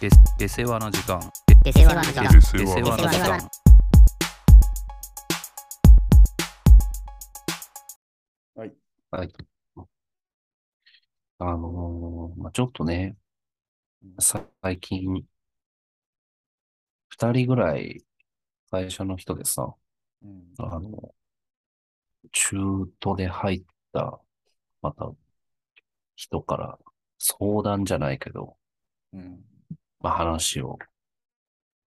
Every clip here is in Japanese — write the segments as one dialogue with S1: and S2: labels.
S1: で出世話の時間
S2: 出世話の時間
S3: で
S1: 出
S3: 世
S1: 世
S3: 話
S1: 話の時間
S3: はい。あのーまあ、ちょっとね、さ最近、二人ぐらい、最初の人でさ、あの、中途で入った、また、人から、相談じゃないけど、
S4: うん。
S3: まあ、話を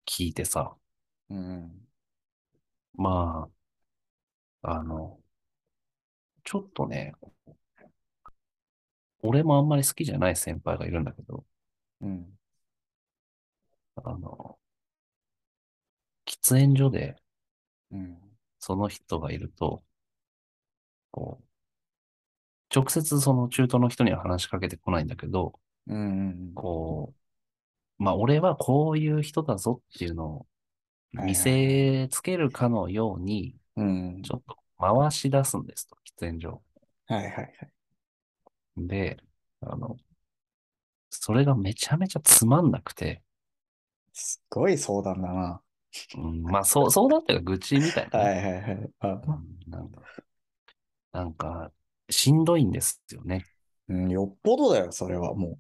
S3: 聞いてさ、
S4: うん。
S3: まあ、あの、ちょっとね、俺もあんまり好きじゃない先輩がいるんだけど、
S4: うん。
S3: あの、喫煙所で
S4: うん。
S3: その人がいると、こう、直接その中東の人には話しかけてこないんだけど、
S4: うん。
S3: こう、まあ俺はこういう人だぞっていうのを見せつけるかのように、
S4: うん。
S3: ちょっと回し出すんですと、喫煙所を。
S4: はいはいはい。
S3: で、あの、それがめちゃめちゃつまんなくて、
S4: すごい相談だな。
S3: うん、まあ、そう、そうだったら愚痴みたいな
S4: は
S3: ね、
S4: いはいはい。あ
S3: うんなんか、なんか、しんどいんですよね。
S4: うん、よっぽどだよ、それはも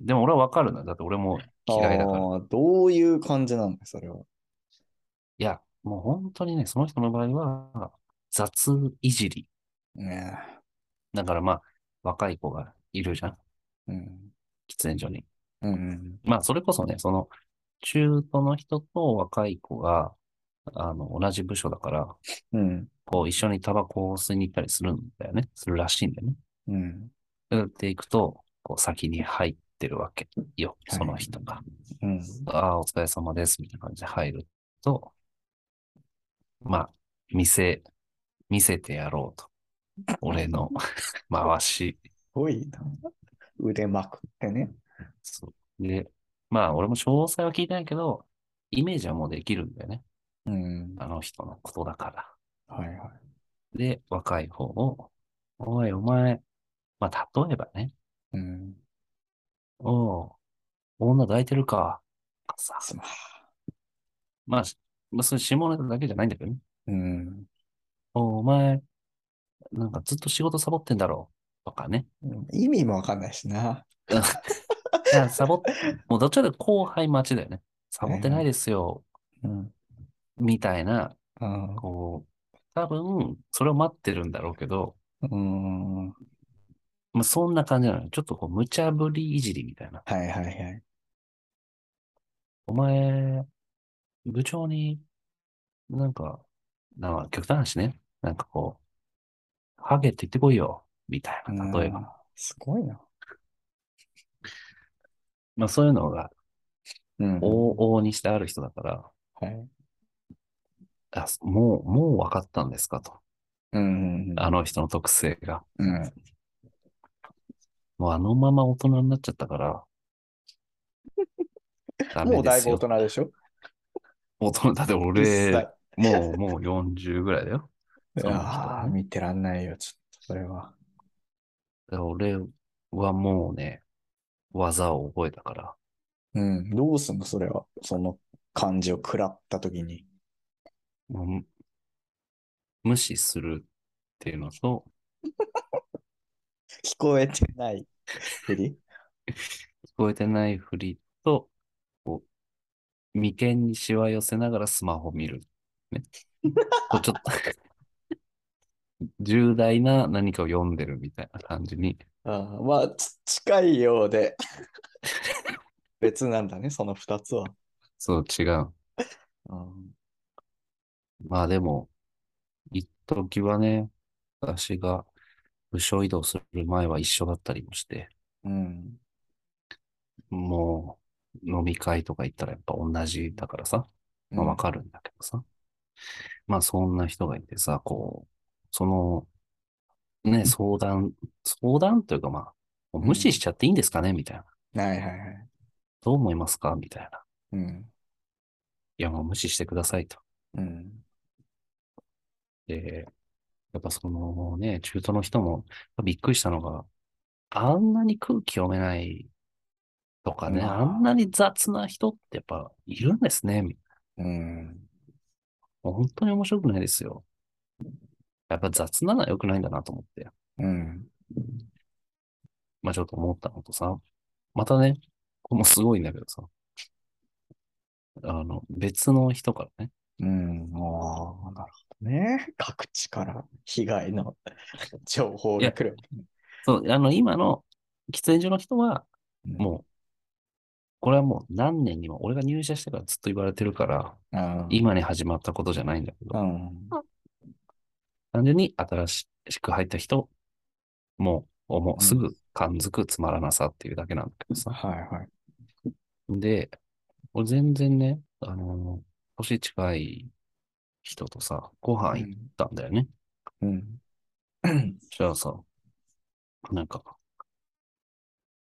S3: でも俺はわかるのよだって俺も
S4: う。
S3: 嫌いだから。い
S4: あーどういう感じなのそれは。
S3: や、もう本当にね、その人の場合は、雑いじり。
S4: ね
S3: だからまあ、若い子がいるじゃん、
S4: えうん。
S3: 喫煙所に。
S4: うん。
S3: まあ、それこそね、その、中途の人と若い子が、あの、同じ部署だから、
S4: うん。
S3: こう一緒にタバコを吸いに行ったりするんだよね。するらしいんだよね。
S4: うん。
S3: そうやっていくと、こう先に入ってるわけよ。その人が。
S4: うん。
S3: ああ、お疲れ様です。みたいな感じで入ると、まあ、見せ、見せてやろうと。俺の回し。
S4: すごいな。腕まくってね。
S3: そうで、まあ、俺も詳細は聞いてないけど、イメージはもうできるんだよね。
S4: うん。
S3: あの人のことだから。
S4: はいはい。
S3: で、若い方を、おい、お前、まあ、例えばね、
S4: うん。
S3: おう、女抱いてるか。さ
S4: すまん
S3: まあ、しまあ、それ下ネタだけじゃないんだけどね。
S4: うん。
S3: おう、お前、なんかずっと仕事サボってんだろう。とかね。
S4: 意味もわかんないしな。
S3: いや、サボっ、もうどっちかというと後輩待ちだよね。サボってないですよ。
S4: うん。
S3: みたいな、
S4: うん
S3: こう、多分、それを待ってるんだろうけど、
S4: うん。は
S3: まあ、そんな感じなのよ。ちょっとこう、無茶ぶりいじりみたいな。
S4: いはいはい。
S3: お前、部長に、なんか、なんか極端な話ね。なんかこう、ハゲって言ってこいよ。みたいな、例えば。
S4: ば。すごいな。
S3: まあそういうのが、
S4: うん
S3: 往々にしてある人だから、
S4: はい。
S3: あ、もう、もう分かったんですかと。
S4: うん。
S3: あの人の特性が。
S4: うん。
S3: もうあのまま大人になっちゃった から、ダメ
S4: もうだ
S3: で
S4: い
S3: す
S4: ぶ大人で
S3: よ。
S4: しょ
S3: 大人だって
S4: 実
S3: 俺
S4: 際、
S3: もう、もう40ぐらいだよ。 その人
S4: ああ、見てらんないよ、ちょっと、それは。
S3: だから俺はもうね、技を覚えたから。
S4: うん、どうすんの、それは。その感じを食らったときに。
S3: もうむ無視するっていうのと、
S4: 聞こえてないふり。
S3: 聞こえてないふりと、こう、眉間にしわ寄せながらスマホ見る。ね。こうちょっと、 重大な何かを読んでるみたいな感じに。
S4: ああまあ、ち近いようで。 別なんだね、その二つは。
S3: そう、違う。
S4: うん、
S3: まあでも、一時はね、私が部署移動する前は一緒だったりもして、
S4: うん、
S3: もう飲み会とか行ったらやっぱ同じだからさ。まあ、わかるんだけどさ。まあ、そんな人がいてさ、こう、その、ね、相談、相談というかまあ、もう無視しちゃっていいんですかねみたいな。
S4: うん。はいはいはい。
S3: どう思いますかみたいな。
S4: うん、
S3: いや、もう無視してくださいと。
S4: うん、
S3: で、やっぱそのね、中東の人もびっくりしたのが、あんなに空気読めないとかね、
S4: まあ
S3: あんなに雑な人ってやっぱいるんですね。
S4: うん。
S3: もう本当に面白くないですよ。やっぱ雑なのは良くないんだなと思って。
S4: うん。
S3: まあちょっと思ったのとさ、またね、これもすごいんだけどさ、あの、別の人からね、
S4: うん。ああ、なるほどね。各地から被害の情報が来る。
S3: そう、あの、今の喫煙所の人は、
S4: も
S3: もう、これはもう何年にも、俺が入社してからずっと言われてるから、
S4: うん、
S3: 今に始まったことじゃないんだけ
S4: う
S3: ど、
S4: ん。
S3: 単純に新しく入った人も、もうすぐ感づくつまらなさっていうだけなんだけどさ。
S4: はいはい。
S3: で、俺全然ね、あの、年近い人とさ、ご飯行ったんだよね。
S4: うん。
S3: じゃあさ、なんか、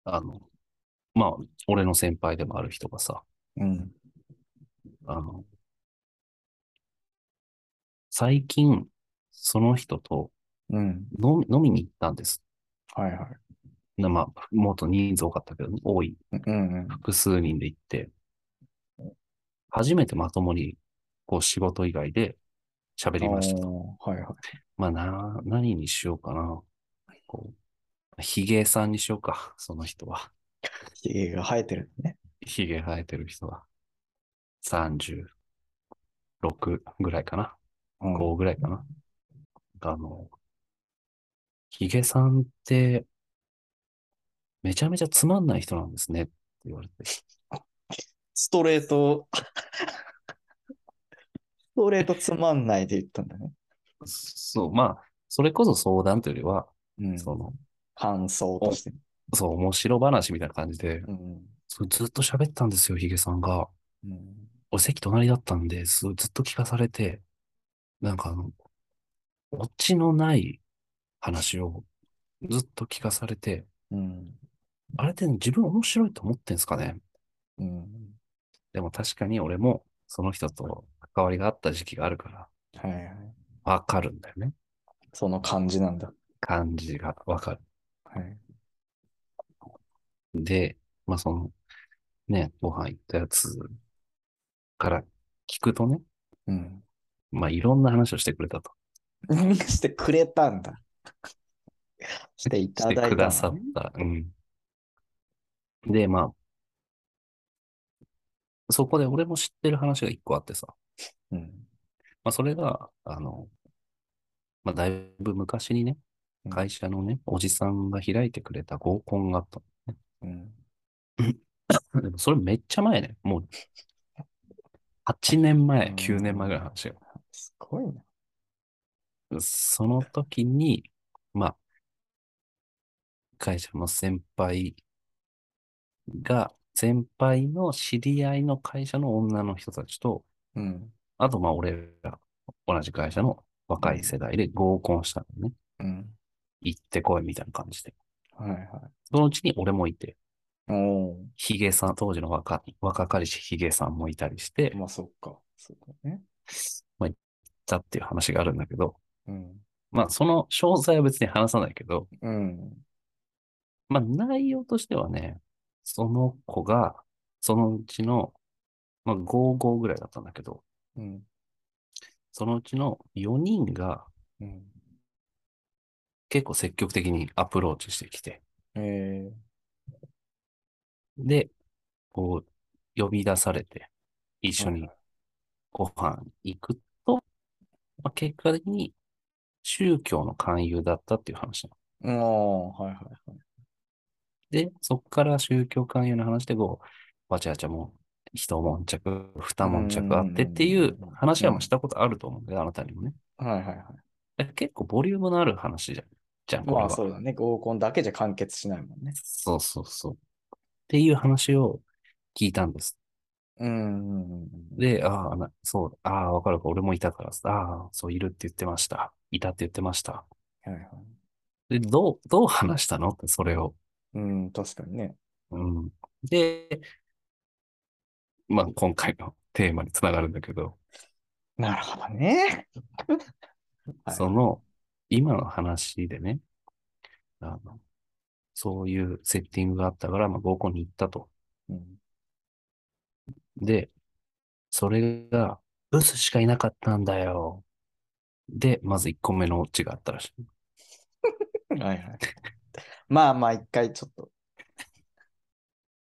S3: あの、まあ、俺の先輩でもある人がさ、
S4: うん。
S3: あの、最近、その人と
S4: うん。
S3: 飲み飲みに行ったんです。
S4: はいはい。
S3: なまあ、もっと人数多かったけど、多い、
S4: うんうん。
S3: 複数人で行って、初めてまともに、こう、仕事以外で喋りましたと。
S4: おーはいはい。
S3: まあ、な、何にしようかな。こう、ヒゲさんにしようか、その人は。
S4: ひげが生えてるね。
S3: ヒゲ生えてる人が。36ぐらいかな。
S4: うん
S3: 5ぐらいかな。あの、ヒゲさんって、めちゃめちゃつまんない人なんですねって言われて。
S4: ストレート、ストレートつまんないで言ったんだね。
S3: そう、まあ、それこそ相談というよりは、
S4: うん
S3: その、
S4: 感想として。
S3: そう、面白話みたいな感じで、
S4: うん。
S3: そうずっと喋ってたんですよ、ヒゲさんが。
S4: うん。
S3: お席隣だったんで、すずっと聞かされて、なんかあの、オチのない話をずっと聞かされて、
S4: うん。
S3: あれって自分面白いと思ってんすかね
S4: うん。
S3: でも確かに俺もその人と関わりがあった時期があるから、
S4: はいはい。
S3: わかるんだよね。
S4: その感じなんだ。
S3: 感じがわかる。
S4: はい。
S3: で、まあその、ね、ご飯行ったやつから聞くとね、
S4: うん。
S3: まあいろんな話をしてくれたと。
S4: してくれたんだ。していた
S3: して
S4: だいた
S3: く
S4: んだ
S3: ださった。うん。で、まあ、そこで俺も知ってる話が一個あってさ、
S4: うん。
S3: まあそれが、あの、まあだいぶ昔にね、
S4: うん
S3: 会社のね、おじさんが開いてくれた合コンがあった
S4: うん。
S3: の。でもそれめっちゃ前ね、もう、8年前、
S4: うん
S3: 9年前ぐらいの話よ。
S4: すごいな。
S3: その時に、まあ、会社の先輩が、先輩の知り合いの会社の女の人たちと、
S4: うん。
S3: あとまあ俺ら同じ会社の若い世代で合コンしたのね。
S4: うん。
S3: 行ってこいみたいな感じで。
S4: はいはい。
S3: そのうちに俺もいて、
S4: お
S3: ヒゲさん、当時の若若かりしヒゲさんもいたりして、
S4: お。
S3: 行っ
S4: まあそっか。そうだね。
S3: たっていう話があるんだけど、
S4: うん。
S3: まあその詳細は別に話さないけど、
S4: うん。
S3: まあ、内容としてはね、その子が、そのうちの、まあ、55ぐらいだったんだけど、
S4: うん。
S3: そのうちの4人が
S4: うん。
S3: 結構積極的にアプローチしてきて、
S4: ええ
S3: で、こう、呼び出されて、一緒にご飯行くと、まあ、結果的に宗教の勧誘だったっていう話なの。
S4: ー。おー、はいはいはい。
S3: で、そこから宗教勧誘の話で、こう、わちゃわちゃもう、一悶着、二悶着あってっていう話はまあしたことあると思うんだよ、あなたにもね。
S4: はいはいはい。
S3: だから結構ボリュームのある話じゃん。じゃん、これ
S4: まあ
S3: は。
S4: そうだね。合コンだけじゃ完結しないもんね。
S3: そうそうそう。っていう話を聞いたんです。
S4: うんうんうんうん。
S3: で、ああ、なそう、ああ、わかるか、俺もいたからさ、ああ、そう、いるって言ってました。いたって言ってました。
S4: はいはい。
S3: で、どう、どう話したのって、それを。
S4: うん、確かにね。
S3: うん。で、まあ、今回のテーマにつながるんだけど、
S4: なるほどね。 はい
S3: その、今の話でね、あの、そういうセッティングがあったから、まあ、合コンに行ったと。
S4: うん。
S3: で、それが、ブスしかいなかったんだよ。で、まず1個目のオチがあったらしい。
S4: はいはい。まあまあ、一回ちょっと。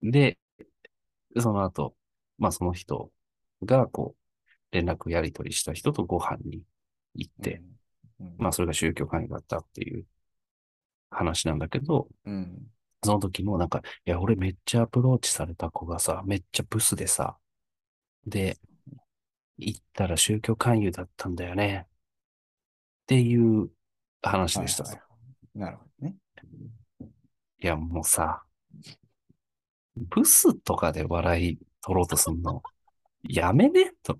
S3: で、その後、まあその人が、こう、連絡やり取りした人とご飯に行って、
S4: うん、うん、
S3: まあそれが宗教関係だったっていう話なんだけど、
S4: うん。
S3: その時もなんか、いや、俺めっちゃアプローチされた子がさ、めっちゃブスでさ、で、行ったら宗教勧誘だったんだよね。っていう話でした
S4: は
S3: と。
S4: いは
S3: い
S4: いはいなるほどね。
S3: や、もうさ、ブスとかで笑い取ろうとすんの、やめねと。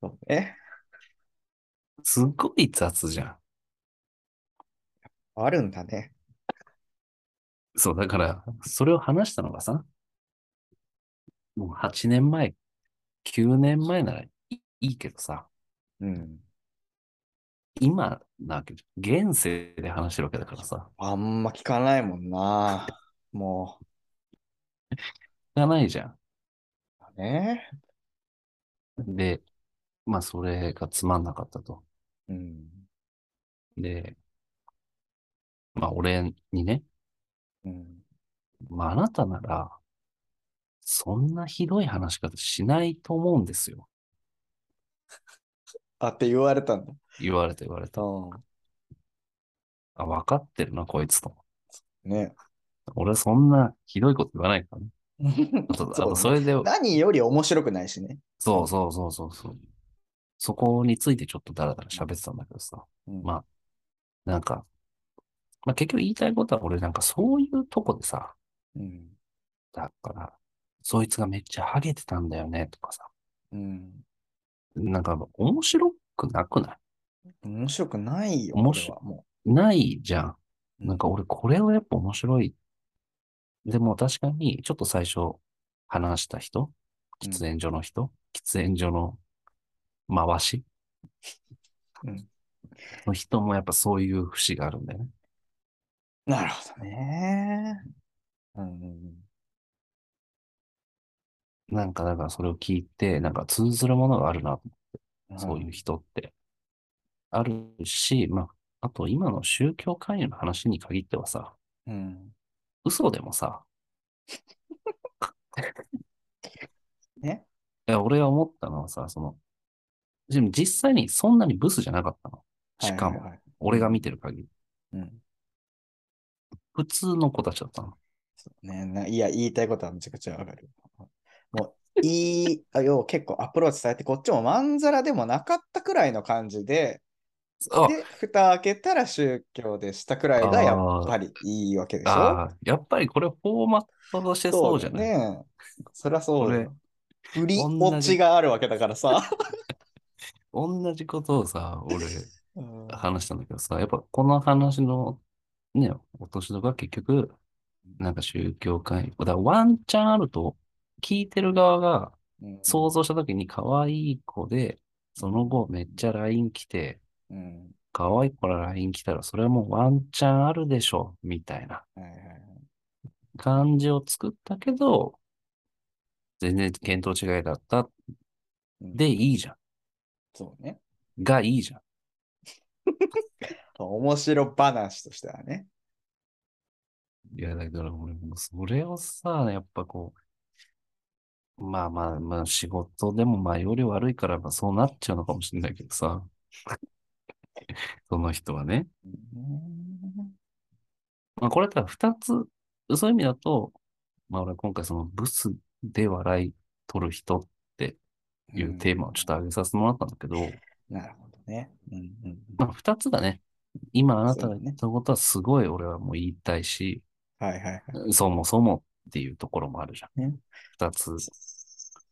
S4: そうね。
S3: すごい雑じゃん。
S4: あるんだね。
S3: そう、だから、それを話したのがさ、もう8年前、9年前ならいいいいけどさ、
S4: うん。
S3: 今なわけじゃん。現世で話してるわけだからさ。
S4: あんま聞かないもんな。も
S3: がないじゃ
S4: う、ね。
S3: ん。で、まあ、それがつまんなかったと。
S4: うん。
S3: で、まあ、俺にね、
S4: うん。
S3: まあ、あなたなら、そんなひどい話し方しないと思うんですよ。
S4: あって言われたんだ。
S3: 言われて言われた。
S4: う
S3: あ、分かってるな、こいつと。
S4: ん。ね。
S3: 俺はそんなひどいこと言わないからね。あと、あ
S4: そう
S3: と
S4: ね
S3: それで、
S4: 何より面白くないしね。
S3: そうそうそうそうそう。そこについてちょっとダラダラ喋ってたんだけどさ。
S4: うん
S3: まあなんか、まあ、結局言いたいことは俺なんかそういうとこでさ、
S4: うん。
S3: だから、そいつがめっちゃハゲてたんだよねとかさ、
S4: うん。
S3: なんか面白くなくない
S4: 面白くないよ。
S3: 面
S4: こ
S3: 白
S4: れはも
S3: ないじゃん。
S4: う。
S3: なんか俺これはやっぱ面白い。でも確かにちょっと最初話した人、
S4: うん
S3: 喫煙所の人、喫煙所の回し
S4: うん
S3: の人もやっぱそういう節があるんだよね。
S4: なるほどね。うん。
S3: なんかだからそれを聞いて、なんか通ずるものがあるなとそういう人って。あるし、まあ、あと今の宗教関与の話に限ってはさ、
S4: うん。
S3: 嘘でもさ、
S4: ね
S3: いや俺が思ったのはさ、その、でも実際にそんなにブスじゃなかったの。しか
S4: はい
S3: も、
S4: はい
S3: 俺が見てる限り、
S4: はいうん
S3: 普通の子たちだったの。
S4: そうねないや、言いたいことはめちゃくちゃわかる。 もう、いい、あよう結構アプローチされて、こっちもまんざらでもなかったくらいの感じで、
S3: あ
S4: で、蓋開けたら宗教でしたくらいがやっぱりいいわけでしょ
S3: あー、やっぱりこれフォーマットとしてそうじゃない、
S4: そうだね。そりゃそうだよ。売り
S3: 同じ
S4: 落ちがあるわけだからさ。
S3: 同じことをさ、俺、
S4: うん
S3: 話したんだけどさ、やっぱこの話のね、落としどころは結局、なんか宗教関与。だからワンチャンあると、聞いてる側が想像した時に可愛い子で、その後めっちゃ LINE 来て、
S4: うん。うん
S3: 可愛い子から LINE 来たら、それはもうワンチャンあるでしょ、みたいな
S4: はいはいはい
S3: 感じを作ったけど、全然見当違いだった。
S4: うん
S3: で、、いいじゃ
S4: そうね。
S3: ん。がいいじゃん。
S4: 面白話としてはね。
S3: いや、だけど俺もうそれをさ、やっぱこう、まあまあまあ仕事でもまあより悪いからまあそうなっちゃうのかもしれないけどさ、 その人はね。
S4: うん
S3: まあこれただ二つ、そういう意味だと、まあ俺は今回そのブスで笑い取る人っていうテーマをちょっと上げさせてもらったんだけど、
S4: なるほどね。うんうんう
S3: まあ二つだね。今あなた
S4: そう
S3: が
S4: だね
S3: 言ったことはすごい俺はもう言いたいし、
S4: んはいはいはい。
S3: そもそもっていうところもあるじゃん
S4: ね。
S3: 二つ。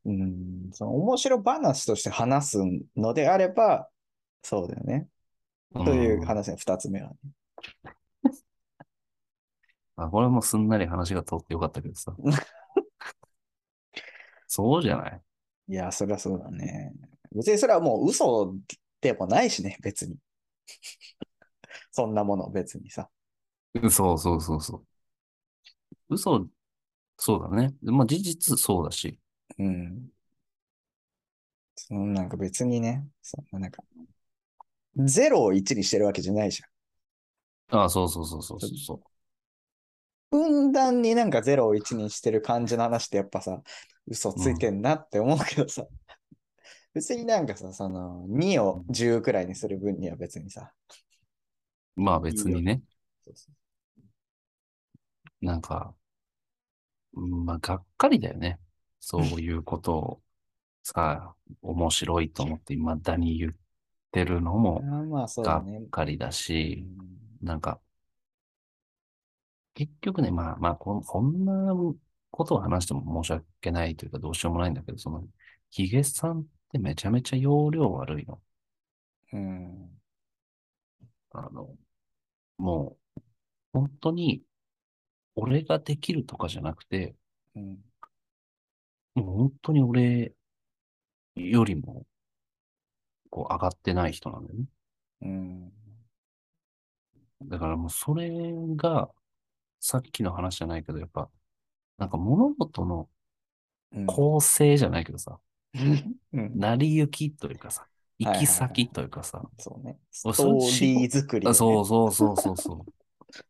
S4: うん、その面白話として話すのであれば、そうだよね。というん話の二つ目はね。
S3: あ、これはもうすんなり話が通ってよかったけどさ。 そうじゃない
S4: いや、そりゃそうだね。別にそれはもう 嘘でもないしね、別に。そんなもの別にさ。
S3: そうそうそうそう。嘘、そうだね。まあ事実そうだし。
S4: うん。そのなんか別にね、そんななんか、0を1にしてるわけじゃないじ
S3: ああ、そうそうそうそうそうそう。
S4: ゃん。分断になんか0を1にしてる感じの話ってやっぱさ、嘘ついてんなって思うけどさ。 別になんかさ、その2を10くらいにする分には別にさ。
S3: まあ別にね、
S4: そうそう
S3: なんか、うんまあがっかりだよね。そういうことをさ、面白いと思って未だに言ってるのも
S4: あーまあそう
S3: が
S4: だ
S3: っ
S4: ね。
S3: かりだ
S4: う
S3: し、
S4: ん
S3: なんか、結局ね、まあまあこん、こんなことを話しても申し訳ないというかどうしようもないんだけど、その、ヒゲさんってめちゃめちゃ容量悪いの。
S4: うん。
S3: あの、もう、本当に、俺ができるとかじゃなくて、
S4: うん。
S3: もう本当に俺よりも、こう上がってない人なんだよね。
S4: うん。
S3: だからもうそれが、さっきの話じゃないけど、やっぱ、なんか物事の
S4: うん
S3: 構成じゃないけどさ、
S4: うん
S3: 成り行きというかさ、
S4: いは
S3: 行
S4: いはい
S3: き先というかさ、
S4: そうね。スト
S3: そ
S4: ー
S3: う
S4: リー作り、ね。
S3: あそうそうそうそ うそう。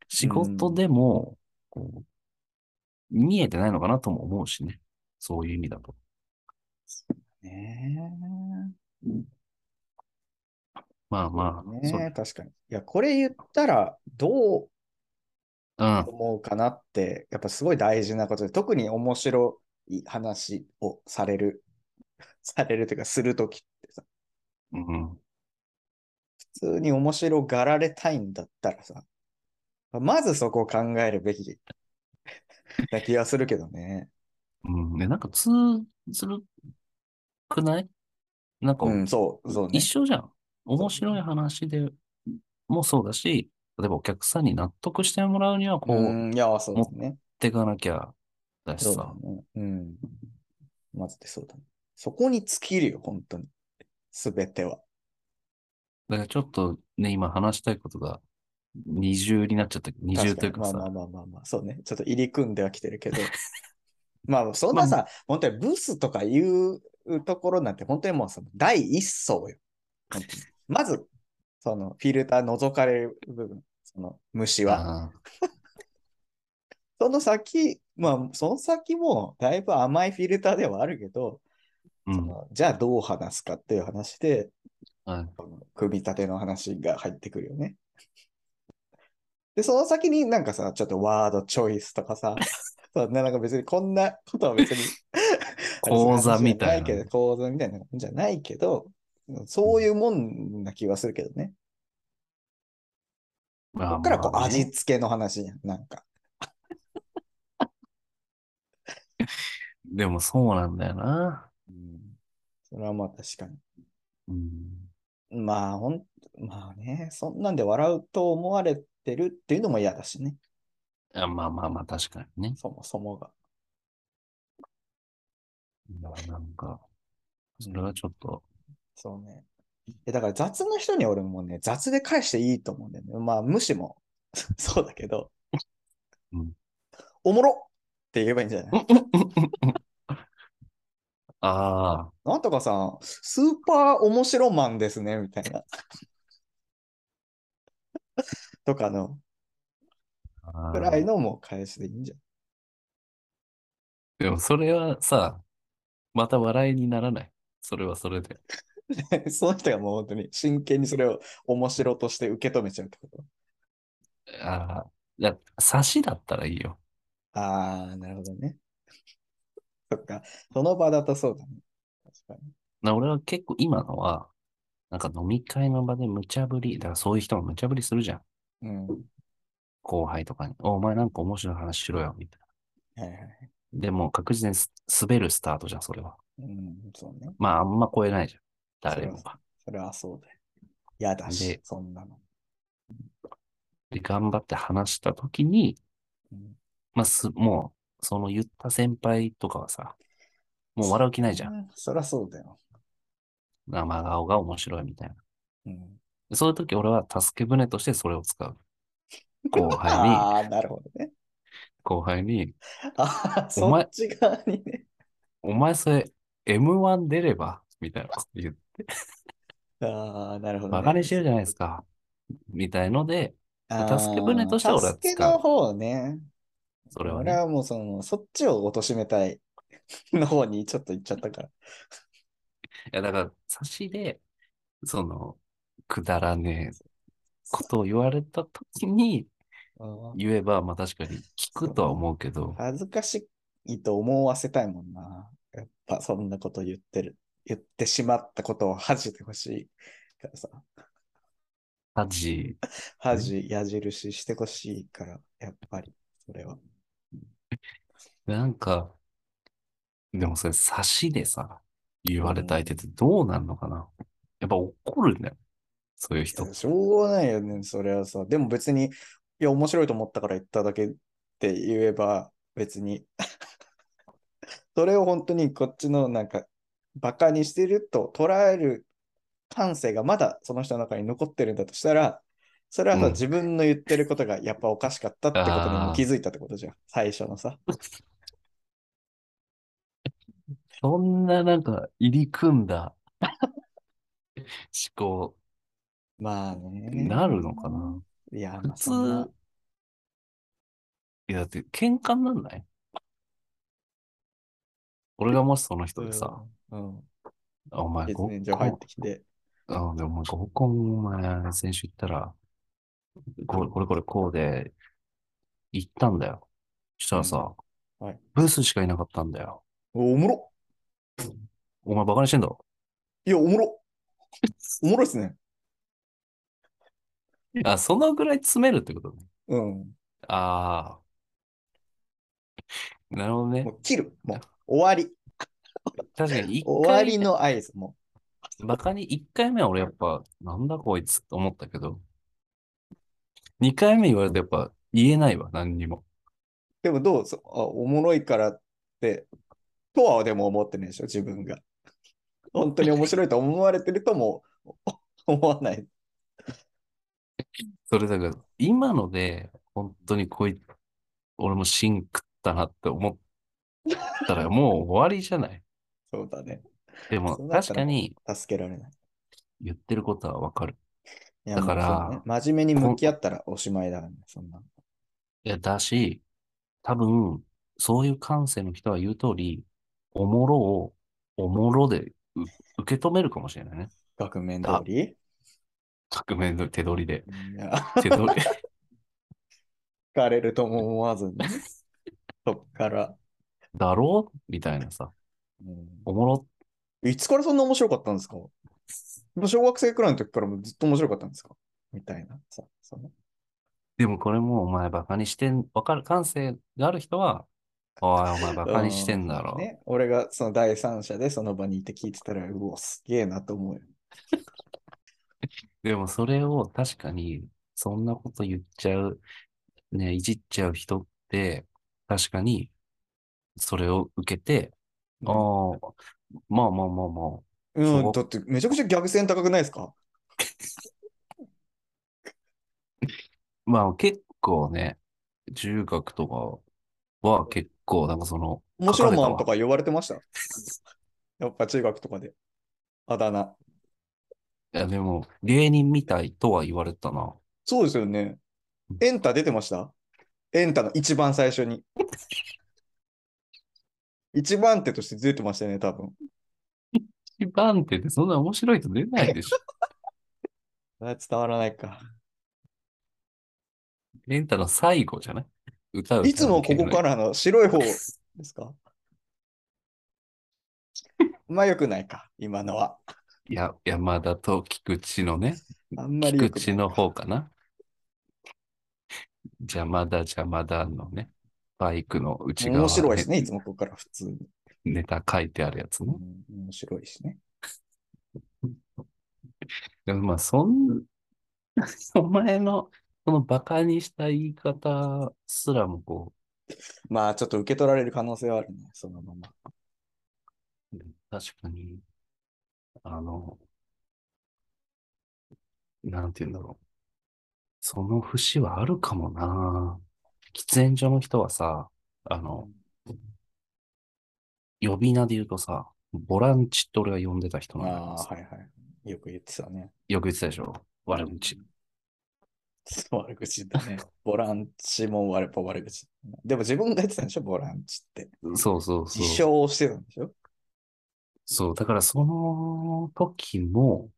S3: 仕事でも、こう、見えてないのかなとも思うしね。そういう意味だと。
S4: ね
S3: まあ
S4: え。
S3: まあ、そう
S4: ねえ、確かに。いや、これ言ったらどう
S3: うん。
S4: 思うかなって、やっぱすごい大事なことで、特に面白い話をされる、 されるというか、するときってさ、
S3: うん。
S4: 普通に面白がられたいんだったらさ、まずそこを考えるべき な気がするけどね。
S3: うん。で、なんか通ずるくないなんか、
S4: うん、そう、そうね
S3: 一。緒じゃん。面白い話でもそうだし、例えばお客さんに納得してもらうには、こう、
S4: う
S3: 持っ
S4: ん、いや、そうですね。
S3: ていかなきゃだし
S4: そう
S3: さ。
S4: だね。うん。まずでそうだね。そこに尽きるよ、本当に。すべては。
S3: だからちょっとね、今話したいことが二重になっちゃった。二重というか
S4: 確
S3: さ。
S4: にまあまあまあまあまあ、そうね。ちょっと入り組んではきてる けど。まあ、そんなさ、本当にブスとかいうところなんて、本当にもうさ、第一層よ。本当にまず、その、フィルター覗かれる部分、その、虫は。
S3: あ
S4: その先、まあ、その先も、だいぶ甘いフィルターではあるけど、
S3: ーう
S4: そ
S3: ん。
S4: のじゃあどう話すかっていう話で、
S3: はい
S4: この組み立ての話が入ってくるよね。で、その先になんかさ、ちょっとワードチョイスとか さ、そんななんか別にこんなことは別に
S3: 講座みたいな
S4: あれそうう話じゃけど講座みたいなもんじゃないけど、そういうもんな気はするけどね。
S3: まあ
S4: こっからこう
S3: まあね
S4: 味付けの話やん、なんか。
S3: でもそうなんだよな。
S4: それはまあ確かに。
S3: うん。
S4: まあほん、まあね、そんなんで笑うと思われてるっていうのも嫌だしね、
S3: あまあまあまあ、確かにね。
S4: そもそもが。
S3: だからなんか、それはちょっと、
S4: そうね。えだから雑な人に俺もね、雑で返していいと思うんだよね。まあ、無視も そうだけど、
S3: うん
S4: おもろって言えばいいんじゃない、
S3: ああ、
S4: なんとかさん、スーパー面白マンですね、みたいな。 とかの
S3: あ
S4: くらい
S3: ー
S4: のもう返しでいいんじゃ
S3: でもそれはさ、また笑いにならない。それはそれで。
S4: ない その人がもう本当に真剣にそれを面白として受け止めちゃうってこと。
S3: ああ、いや、差しだったらいいよ。
S4: ああ、なるほどね。そっか、その場だとそうだね。確かに。
S3: な俺は結構今のは、なんか飲み会の場で無茶ぶり、だからそういう人も無茶ぶりするじゃん。
S4: うん。は
S3: 後輩とかに。おお前なんか面白い話しろよ、みた
S4: い
S3: い
S4: はい。
S3: な。でも確実にす滑るスタートじゃん、それは。
S4: うん、そうね。
S3: まあ、あんま超えないじゃん。誰も
S4: そう
S3: が。
S4: それはそうだよ。嫌だし
S3: で、
S4: そんなの。
S3: で、頑張って話したときに、
S4: うん
S3: まあ、す、もう、その言った先輩とかはさ、もう笑う気ないじゃん。
S4: ん。そりゃそうだよ。
S3: 生顔が面白いみたいな。
S4: うん。
S3: そういう時俺は助け舟としてそれを使う。後輩 に、
S4: ああ、なるほどね。
S3: 後輩に、
S4: ああ、
S3: お
S4: そ
S3: 前
S4: っち側にね。
S3: お前それ M1 出ればみたいなこと言って、
S4: ああ、なるほど、ね。
S3: バカにしてるじゃないですか。みたいので、
S4: あー
S3: 助け舟としては俺は使う
S4: 助けの方ね。
S3: それは
S4: 俺
S3: ね、
S4: はもうその、そっちを貶めたいの方にちょっと行っちゃったから。
S3: いやだから、差しで、その、くだらねえことを言われたときに
S4: うん
S3: 言えば、まあ確かに聞くとは思うけど、
S4: 恥ずかしいと思わせたいもんな。やっぱそんなこと言ってる。言ってしまったことを恥じてほしいからさ。
S3: 恥じ、
S4: 恥、矢印してほしいから、やっぱり、それは。
S3: なんか、でもそれ差しでさ、言われた相手ってどうなるのかなやっぱ怒るんだよ。そういう人。
S4: しょうがないよね、それはさ。でも別に、いや、面白いと思ったから言っただけって言えば、別に。 それを本当にこっちのなんか、バカにしてると捉える感性がまだその人の中に残ってるんだとしたら、それはさ、
S3: うん
S4: 自分の言ってることがやっぱおかしかったってことにも気づいたってことじゃん。最初のさ。
S3: そんななんか入り組んだ思考
S4: まあね。
S3: になるのかない
S4: や、
S3: 普
S4: まあそんな
S3: 通、いやだって喧嘩になんない俺がもしその人でさ、
S4: うん。
S3: あお前
S4: 月
S3: 合コン、
S4: 面所入ってきて。
S3: うん、でもお前合コン、お前先週行ったら、これこれこれこうで行ったんだよ。したらさ、
S4: うんはい
S3: ブースしかいなかったんだよ。
S4: おおもろ
S3: お前バカにしてんだろ
S4: いや、おもろおもろいっすね。
S3: あ、そのぐらい詰めるってことね。
S4: うん。
S3: ああ。なるほどね
S4: も。う切る。もう終わり。
S3: 確かに一
S4: 終わ
S3: 回
S4: り
S3: 目、
S4: の合図。も
S3: バカに一回目は俺やっぱ、なんだこいつって思ったけど、二回目言われてやっぱ言えないわ、何にも。
S4: う。でもどうそあおもろいからって、とはでも思ってないでしょ、自分が。本当に面白いと思われてるともお思わない。
S3: それだから、今ので、本当にこい、俺も芯食ったなって思っ たらもう終わりじゃない。
S4: そうだね。
S3: でも
S4: そうなった
S3: 確
S4: ら
S3: かに
S4: 助けられない。
S3: 言ってることはわかる。
S4: いや
S3: だか
S4: も
S3: ら
S4: うそうね真面目に向き合ったらおしまいだからね、そんな。
S3: いや、だし、多分、そういう感性の人は言う通り、おもろをおもろでう受け止めるかもしれないね。
S4: 額面通り。
S3: 革命の手取りで。
S4: いや、
S3: 手取り。
S4: 疲れるとも思わずに。そっから、
S3: だろうみたいなさ。
S4: うん
S3: おもろ、
S4: いつからそんな面白かったん ですかもう小学生くらいの時からもうずっと面白かったんですかみたいなさ。その
S3: でもこれもお前バカにしてん、わかる感性がある人は、おい、お前バカにしてんだろ。
S4: ね、俺がその第三者でその場にいて聞いてたら、うお、すげえなと思うよ。
S3: でもそれを確かに、そんなこと言っちゃう、ね、いじっちゃう人って、確かに、それを受けて、ああ、まあまあまあまあ、
S4: うん、
S3: そう
S4: だってめちゃくちゃ逆線高くないですか
S3: まあ結構ね、中学とかは結構なんかその、
S4: 面白マン
S3: 書
S4: と
S3: か
S4: か呼ばれてま した。やっぱ中学とかで。あだ名。
S3: れたわいやでも、芸人みたいとは言われたな。
S4: そうですよね。エンタ出てましたエンタの一番最 初に。一番手として出てましたよね、多分。
S3: 一番手ってそんな面白いと出ないでしょ。
S4: あ伝わらないか。
S3: レンタの最後じゃない歌う。。
S4: いつもここかららの白い方です かまあよくないか、今のは。
S3: いや、山田と菊池のね、
S4: あんまり
S3: 菊
S4: よくない
S3: 池の方かな。邪魔だ邪魔だのね、バイクの内側
S4: 面白いしね、
S3: ね
S4: いつもここから普通に。
S3: ネタ書いてあるやつ
S4: う
S3: ね。
S4: ん面白いしね。
S3: でもまあ、そん、 お前の、そのバカにした言い方すらもこ
S4: まあちょっと受け取られる可能性はあるね、そのまま。
S3: う、確かに、あの、なんて言うんだろう。その節はあるかもな。喫煙所の人はさ、あの、呼び名で言うとさ、ボランチって俺が呼んでた人
S4: あ
S3: なんだけど
S4: あ
S3: さ
S4: ー、はいはい。よく言ってたね。
S3: よく言ってたでしょ悪口。
S4: そう悪口だね。ボランチも悪ぱ悪口。でも自分が言ってたんでしょ、ボランチって。
S3: そうそうそう。
S4: 自称をしてたんでしょ
S3: そう、だからその時も、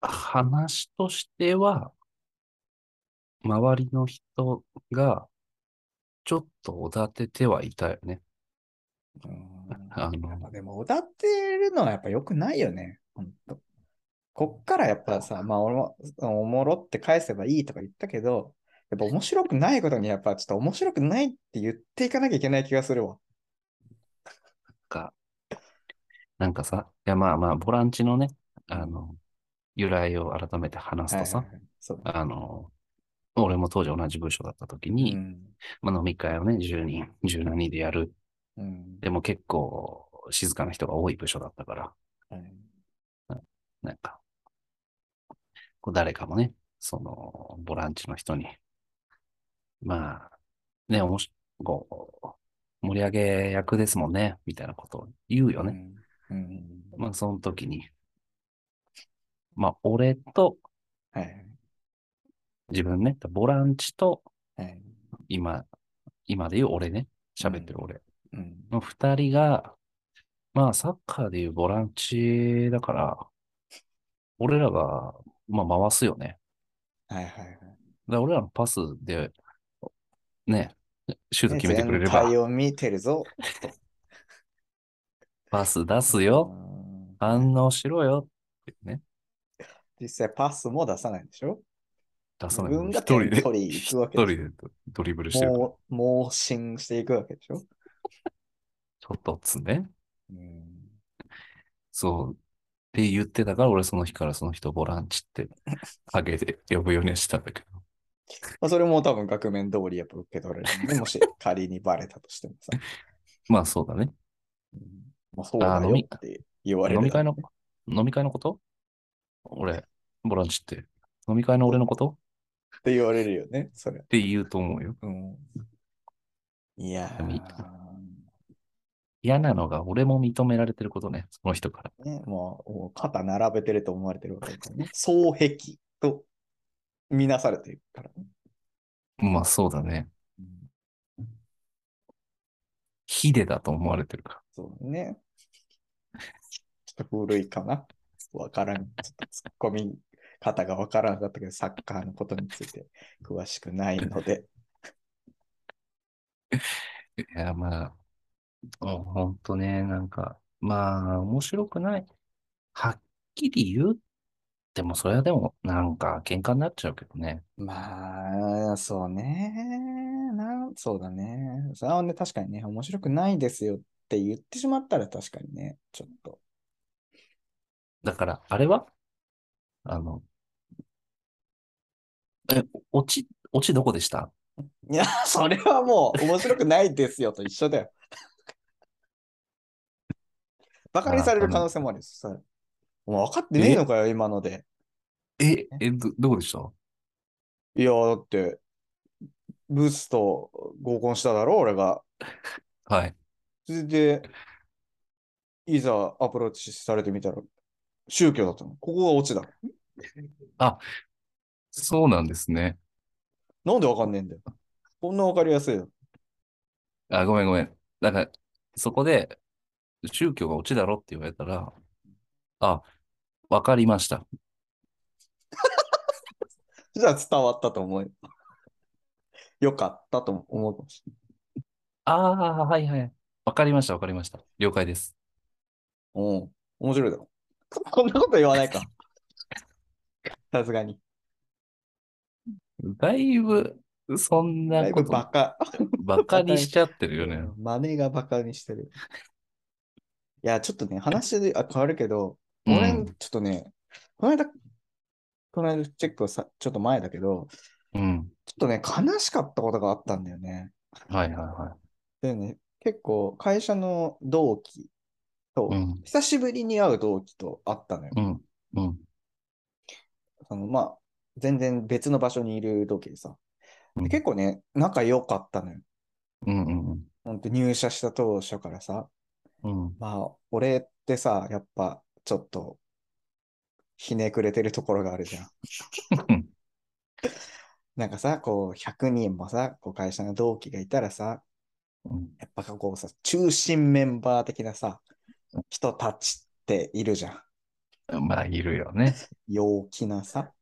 S3: 話としては、周りの人が、ちょっとおだててはいたよね。
S4: うん
S3: あの
S4: やっぱでも、歌ってるのはやっぱ良くないよね。ほんと。こっからやっぱさ、まあ、おもおもろって返せばいいとか言ったけど、やっぱ面白くないことにやっぱちょっと面白くないって言っていかなきゃいけない気がするわ。
S3: が、なんかさ、いやまあまあ、ボランチのね、あの、由来を改めて話すと
S4: は
S3: さ
S4: い、はいはいそう。
S3: あの、俺も当時同じ部署だった時に、
S4: うん
S3: まあ飲み会をね、10人、10何人でやる。
S4: うん
S3: でも結構静かな人が多い部署だったから、
S4: はい
S3: なんか、こう誰かもね、その、ボランチの人に、まあ、ね、おもし、こう、盛り上げ役ですもんね、みたいなことを言うよね。
S4: うんうん
S3: まあ、その時に、まあ、俺と
S4: はいはい
S3: 自分ね、ボランチと
S4: はい
S3: 今、今で言う俺ね、喋ってる俺
S4: うん
S3: の二人が、まあ、サッカーでいうボランチだから、俺らが、まあ、回すよね。
S4: はいはいはい
S3: だから俺らのパスで、ね、シュート
S4: ね
S3: 決めてくれれ
S4: 全
S3: ば
S4: 体、を見てるぞ。
S3: パス出すよ、
S4: うん
S3: 反応しろよ、ってね、
S4: 実際パスも出さないでしょ
S3: 出さ
S4: 自
S3: ない。
S4: 分が
S3: 一人で、
S4: 取りに行くわ
S3: 一
S4: け
S3: 人
S4: で
S3: でドリブルし
S4: して
S3: るから
S4: ょ。もう、盲信していくわけでしょ、
S3: ちょっとつね。
S4: うん、
S3: そう。って言ってたから、俺その日からその人ボランチって、陰で呼ぶようにはしたんだけど。
S4: まあそれも多分額面通りやっぱ受け取られるんで、 もし仮にバレたとしてもさ。
S3: まあそうだね。
S4: うんまあ、そうだ
S3: あ
S4: よ
S3: 飲み
S4: って言われる
S3: 飲
S4: だろうね、
S3: み会の、飲み会のこと俺、ボランチって。飲み会の俺のこと
S4: って言われるよね、それ
S3: っ。て言うと思うよ。
S4: うん、いやー、
S3: み嫌なのが俺も認められてることね。その人から。
S4: ね、もうもう肩並べてると思われてるわけだからね。双璧と見なされてるからね。
S3: まあそうだね。
S4: うん
S3: ヒデだと思われてるか
S4: そうね。ちょっと古いかな。わからん。ちょっとツッコミ方がわからなかったけど、サッカーのことについて詳しくないので。
S3: ら。いや、まあ、うんほんとね、なんか、まあ、面白くない。はっきり言う。でも、それはでも、なんか、喧嘩になっちゃうけどね。
S4: まあ、そうね。なんそうだね。それはね、確かにね、面白くないですよって言ってしまったら確かにね、ちょっと。
S3: だから、あれはあの、え、オチ、オチどこでした
S4: いや、 それはもう面白くないですよと一緒だよ。 バカにされる可能性もあるよ。それお前分かってねえのかよ、今ので。
S3: え、え、ど、どこでした
S4: いや、だって、ブースと合コンしただろ、俺が。
S3: はい。
S4: それで、いざアプローチされてみたら、宗教だったの。ここがオチだ。
S3: そうなんですね。
S4: なんでわかんねえんだよ。こんなわかりやすいよ。
S3: あ、ごめんごめん。だから、そこで、宗教がオチだろって言われたら、あ、わかりました。
S4: じゃあ伝わったと思うよ。よかったと思うかもしれない。
S3: ああ、はいはい。わかりました、わかりました。了解です。
S4: うん。面白いだろ。こんなこと言わないか。さすがに。
S3: だいぶ、そんな
S4: だい
S3: こ
S4: ぶ
S3: と、
S4: バカ。
S3: バカにしちゃってるよね。
S4: 真似がバカにしてる。いや、ちょっとね、話であ変わるけど、
S3: うん
S4: 俺、ちょっとね、この間、この間チェックをさ、ちょっと前だけど、
S3: うん。
S4: ちょっとね、悲しかったことがあったんだよね。
S3: はいはいは
S4: でね、結構、会社の同期と、
S3: い。うん。
S4: 久しぶりに会う同期と会ったのよ。
S3: うん。うん。
S4: そのまあ、全然別の場所にいる同期でさ。
S3: うん
S4: で結構ね、仲良かったのよ。
S3: うんうん
S4: ほんと入社した当初からさ。
S3: うん。うん。
S4: まあ、俺ってさ、やっぱちょっと、ひねくれてるところがあるじ ゃん。なんかさ、こう、100人もさ、こう会社の同期がいたらさ、
S3: うん
S4: やっぱこうさ、中心メンバー的なさ、人たちっているじゃん。
S3: まあ、いるよね。
S4: 陽気なさ、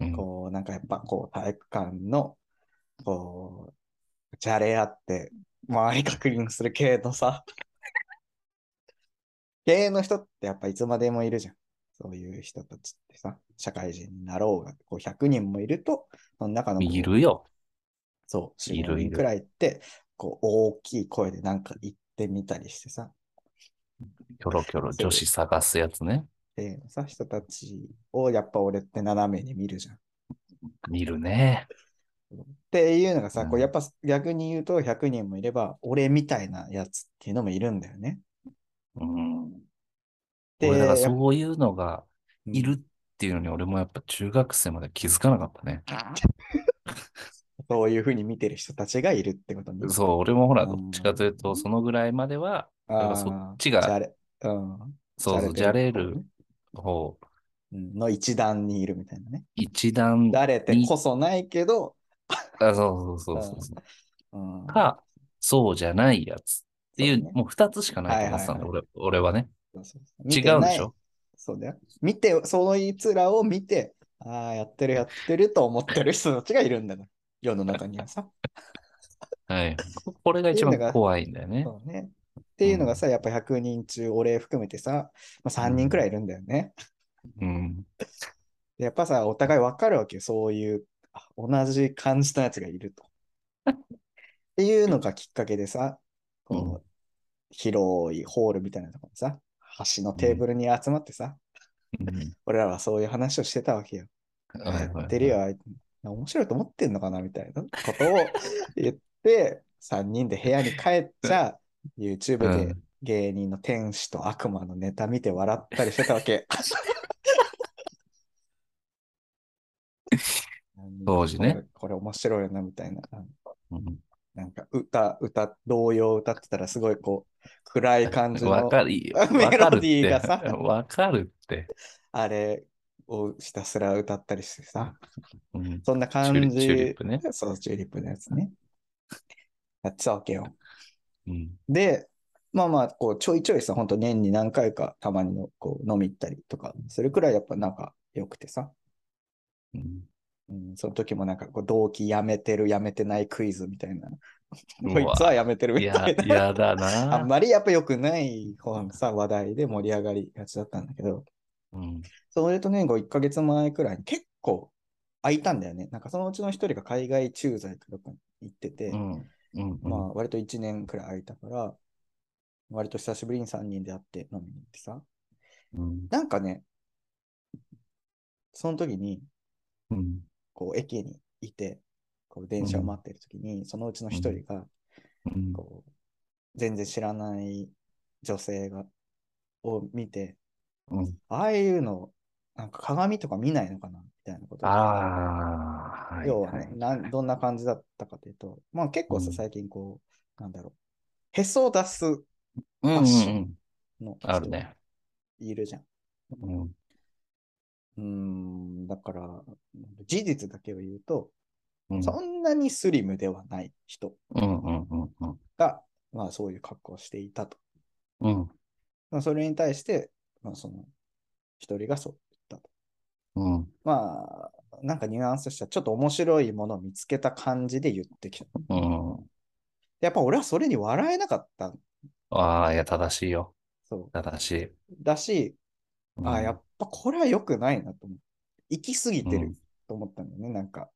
S3: うん
S4: こう、なんかやっぱこう、体育館の、こう、じゃれ合って、周り確認する系のさ、 系の人ってやっぱいつまでもいるじゃん。そういう人たちってさ、社会人になろうが、こう100人もいると、その中のこう
S3: いるよ。
S4: そう、
S3: い
S4: 4、
S3: る
S4: 5
S3: い
S4: 人
S3: る
S4: くらいって、こう、大きい声でなんか言ってみたりしてさ、
S3: キョロキョロ女子探すやつね。
S4: で、さ、人たちをやっぱ俺って斜めに見るじゃん。っ
S3: 見るね。
S4: ていうのがさ、
S3: うん
S4: こうやっぱ逆に言うと100人もいれば、俺みたいなやつっていうのもいるんだよね。
S3: うん。
S4: で、
S3: 俺、だから
S4: やっぱ
S3: そういうのが
S4: うん
S3: いるっていうのに、俺もやっぱ中学生まで気づかなかったね。
S4: そういうふうに見てる人たちがいるってことに。
S3: そう、俺もほ
S4: う
S3: ら、
S4: ん
S3: どっちかというと、そのぐらいまでは、
S4: あ
S3: やっ
S4: ー
S3: ぱそっちが
S4: じゃれ、うん。
S3: そうそう、じゃれる方、
S4: うんの一段にいるみたいなね。
S3: 一段、あ、
S4: じゃれてこそないけど、
S3: そうそうそうそうそう。
S4: うん、
S3: か、そうじゃないやつっていう、
S4: そうね
S3: もう二つしかないと思ってたんだ、
S4: はい
S3: 俺俺はね。
S4: そうそうそう
S3: 違
S4: 見て
S3: うん
S4: な
S3: で
S4: い
S3: しょ
S4: そうだよ。見て、そのいつらを見て、ああ、やってるやってると思ってる人たちがいるんだから、世の中にはさ。
S3: はい。ここれが一番怖いんだよね。
S4: そうね。っていうのがさ、やっぱ100人中、俺含めてさ、まあ、3人くらいいるんだよね。
S3: うん。
S4: でやっぱさ、お互い分かるわけよ。そういう、あ同じ感じのやつがい ると。っていうのがきっかけでさ、こう
S3: う
S4: 広いホールみたいなところにさ、端のテーブルに集まってさ、
S3: うん
S4: 俺らはそういう話をしてたわけよ。
S3: はいはい
S4: や
S3: はい
S4: ってるよ、あいつ面白いと思ってんのかなみたいなことを言って、3人で 部屋に帰っちゃ、
S3: う
S4: YouTube で
S3: ん
S4: 芸人の天使と悪魔のネタ見て笑ったりしてたわけ。
S3: 当時ね
S4: これ。これ面白いよな、みたいな。
S3: うん
S4: なんか歌、歌、童謡を歌ってたらすごいこう、暗い感じ
S3: わ
S4: の
S3: かるよ。わ
S4: メ
S3: かる
S4: ロ
S3: っ
S4: ディー
S3: て
S4: がさ。
S3: わかるって。
S4: あれをひたすら歌ったりしてさ、
S3: うん
S4: そんな
S3: チュリ
S4: 感
S3: チューリ
S4: じ
S3: ップね。
S4: そう、チューリップのやつね。 やってたわけよ。
S3: うん。
S4: で、まあまあ、こう、ちょいちょいさ、本当年に何回か、たまにの、こう、飲み行ったりとか、それくらいやっぱ仲良くてさ、
S3: うん
S4: うん、その時もなんか、こう、同期辞めてる、辞めてないクイズみたいな。
S3: うわ
S4: こいつは辞めてるみ
S3: い
S4: た
S3: や
S4: い、な。
S3: やだな。
S4: あんまりやっぱ良くない方のさ、話題で盛り上がりがちだったんだけど、
S3: うん。
S4: それとね、こう1ヶ月前くらいに結構空いたんだよね。なんかそのうちの一人が海外駐在かどっかに行ってて、
S3: うん。うん。
S4: まあ、割と1年くらい空いたから、割と久しぶりに3人で会って飲みに行ってさ、
S3: うん。
S4: なんかね、その時に、
S3: うん。
S4: こう、駅にいて、こう、電車を待ってる時に、そのうちの一人が、
S3: うん。
S4: こう、全然知らない女性が、を見て、
S3: うん
S4: ああいうの、なんか鏡とか見ないのかなみたいなことを
S3: ああ、はい。
S4: 要はね、
S3: い
S4: なんどんな感じだったかというと、まあ結構
S3: う
S4: さ、
S3: ん
S4: 最近こう、なんだろう、へそを出す
S3: うんうん
S4: ファッ
S3: う
S4: ショ
S3: ん。
S4: の人
S3: あるね。
S4: いるじゃん。
S3: うん。
S4: うーん、だから、事実だけを言うと、
S3: うん。
S4: そんなにスリムではない人
S3: うんうんうんうん。
S4: が、まあそういう格好をしていたと。
S3: うん。
S4: まあ、それに対して、まあその、一人がそう言ったと。
S3: うん。
S4: まあ、なんかニュアンスとしては、ちょっと面白いものを見つけた感じで言ってきた。
S3: うん。
S4: やっぱ俺はそれに笑えなかった。
S3: ああ、いや、正しいよ。
S4: そう。
S3: 正しい。
S4: だし、ああ、や
S3: ぱ。
S4: っぱこれは良くないなと思う。行き過ぎて
S3: う
S4: る
S3: ん
S4: と思ったんだよね、なんか。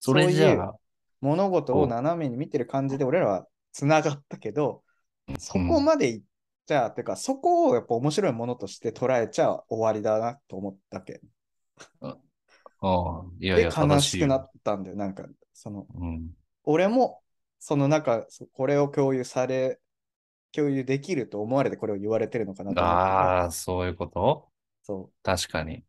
S3: それじゃ
S4: そういう
S3: あ、
S4: 物事を
S3: お
S4: 斜めに見てる感じで俺らは繋がったけど、そ
S3: うん
S4: こまで行っちゃ、てか、そこをやっぱ面白いものとして捉えちゃ終わりだなと思ったわけ。
S3: ああ、いやい
S4: で、
S3: や、
S4: 悲
S3: 正し
S4: し
S3: い
S4: く
S3: よ。
S4: なったんだよ、なんか、その、
S3: うん。
S4: 俺も、その中、そこれを共有され、共有できると思われてこれを言われてるのかなと思ったけど
S3: ああ、そういうこと
S4: そ
S3: 確かに。
S4: う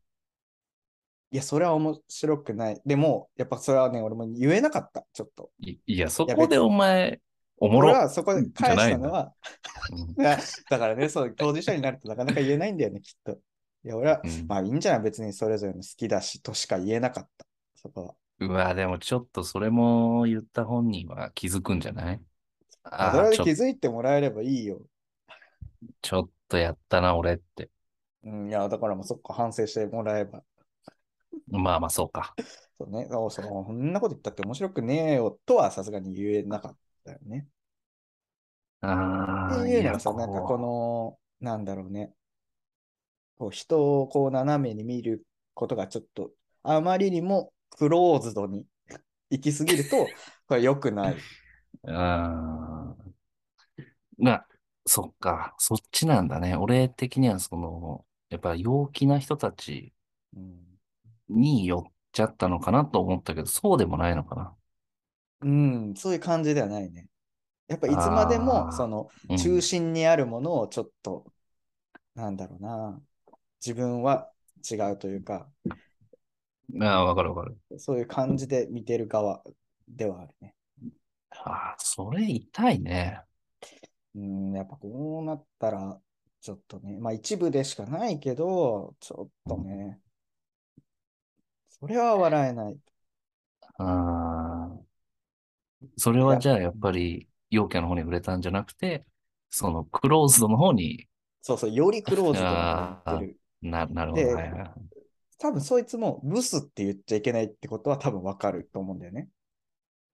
S4: いや、それは面白くない。でも、やっぱそれはね、俺も言えなかった、ちょっと。
S3: いいや、そ
S4: いや
S3: こ
S4: 別
S3: で
S4: に
S3: お前、おも
S4: 俺
S3: ろ。
S4: はそこで返したのは、
S3: うん
S4: いやだからね、そう、当事者になるとなかなか言えないんだよね、きっと。いや、俺は、
S3: う ん
S4: まあいいんじゃない別にそれぞれの好きだし、としか言えなかった。そこは。
S3: うわ、でもちょっとそれも言った本人は気づくんじゃないあ
S4: そ
S3: あ、
S4: れ
S3: ち
S4: で
S3: ょ
S4: 気づいてもらえればいいよ。
S3: ちょっとやったな、俺って。
S4: うん、いや、だからもうそっか、反省してもらえば。
S3: まあまあ、そうか。
S4: そうね、そうそう、こんなこと言ったって面白くねえよとはさすがに言えなかったよね。
S3: あ
S4: っ
S3: あ、
S4: ていうの
S3: や
S4: はさ、なんかこ
S3: う
S4: の、なんだろうね、こう人をこう斜めに見ることがちょっと、あまりにもクローズドに行き過ぎる と、これ良くない。
S3: あーが、そっか、そっちなんだね。俺的には、その、やっぱ陽気な人たち
S4: うん、
S3: に寄っちゃったのかなと思ったけど、そうでもないのかな。
S4: うん、そういう感じではないね。やっぱいつまで
S3: あ
S4: も、
S3: ー
S4: その、
S3: うん
S4: 中心にあるものをちょっと、なんだろうな、自分は違うというか、
S3: ああ、わかるわかる。
S4: そういう感じで見てる側ではあるね。
S3: ああ、それ痛いね。
S4: うん、やっぱこうなったら、ちょっとね、まあ一部でしかないけど、ちょっとね、それは笑えない。
S3: ああ。それはじゃあやっぱり陽キャの方に触れたんじゃなくて、そのクローズドの方に
S4: そうそう、よりクローズドになってる。
S3: な、なるほど。
S4: で
S3: はいはいはい
S4: 多分そいつもブスって言っちゃいけないってことは多分わかると思うんだよね。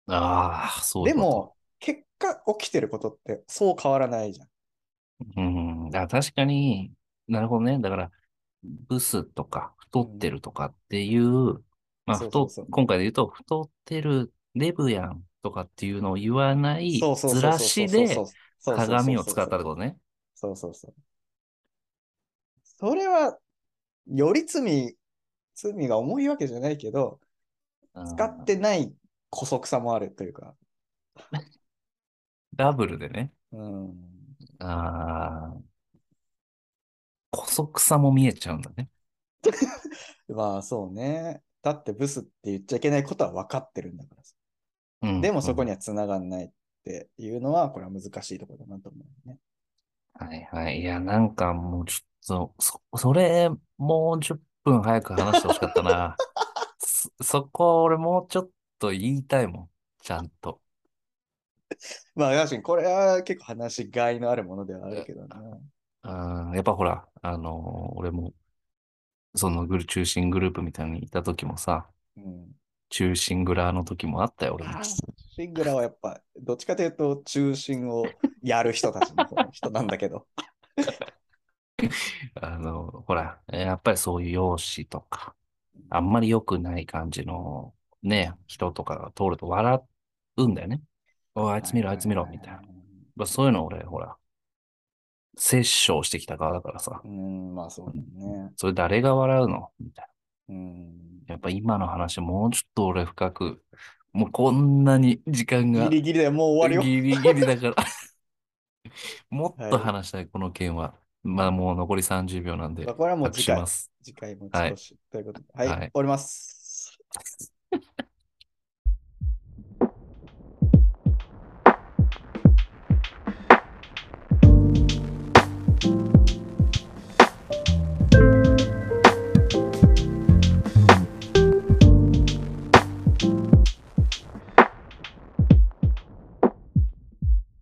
S3: ああ、そうい
S4: で
S3: うこと。
S4: も、結果起きてることってそう変わらないじゃん。
S3: うん、あ、確かに、なるほどね。だから、ブスとか、太ってるとかっていう、まあ、
S4: そう
S3: 太
S4: そ
S3: っ
S4: うそう
S3: 今回で言うと、太ってるデブやんとかっていうのを言わない
S4: そうそうそう
S3: ず
S4: そう
S3: らしで
S4: そうそうそうそう
S3: 鏡を使ったってことね。
S4: そうそうそう。それは、より罪、罪が重いわけじゃないけど、
S3: うん
S4: 使ってない古速さもあるというか。
S3: ダブルでね。
S4: うん。
S3: ああ、古速さも見えちゃうんだね。
S4: まあそうね。だってブスって言っちゃいけないことは分かってるんだからさ。
S3: うん、
S4: でもそこに
S3: に。
S4: は繋がんないっていうのは、これは難しいところだなと思うね。
S3: はいはい。いや、なんかもうちょっと、そ、それ、もう10分早く話してほしかったな。そ、そこ、俺もうちょっと言いたいもん。ちゃんと。
S4: まあ確かにこれは結構話しがいのあるものではあるけどね。
S3: うん、やっぱほら、あのー俺も、そのグル、中心グループみたいにいた時もさ、
S4: うん。
S3: 中心グラーの時もあったよ、俺も。
S4: シングラはやっぱ、どっちかというと中心をやる人たちの方の人なんだけ ど。
S3: あの、ほら、やっぱりそういう容姿とか、あんまり良くない感じのね、人とかが通ると笑うんだよね。おいあいつ見ろ、あいつ見ろ、みたいな。まあ、そういうの俺、ほら、殺生してきた側だからさ
S4: う、ん、まあそうだね。
S3: それ誰が笑うのみたい
S4: うん。
S3: な。やっぱ今の話、もうちょっと俺深く、もうこんなに時間が
S4: ギリギリだよ、もう終わるよ。
S3: ギリギリ だから。もっと話したい、この件は。まあもう残り30秒なんで、
S4: まあこれはもう
S3: 託
S4: 次
S3: し
S4: 回
S3: ま、す。
S4: 次回も少し、ということで。はい、
S3: はい
S4: 終わります。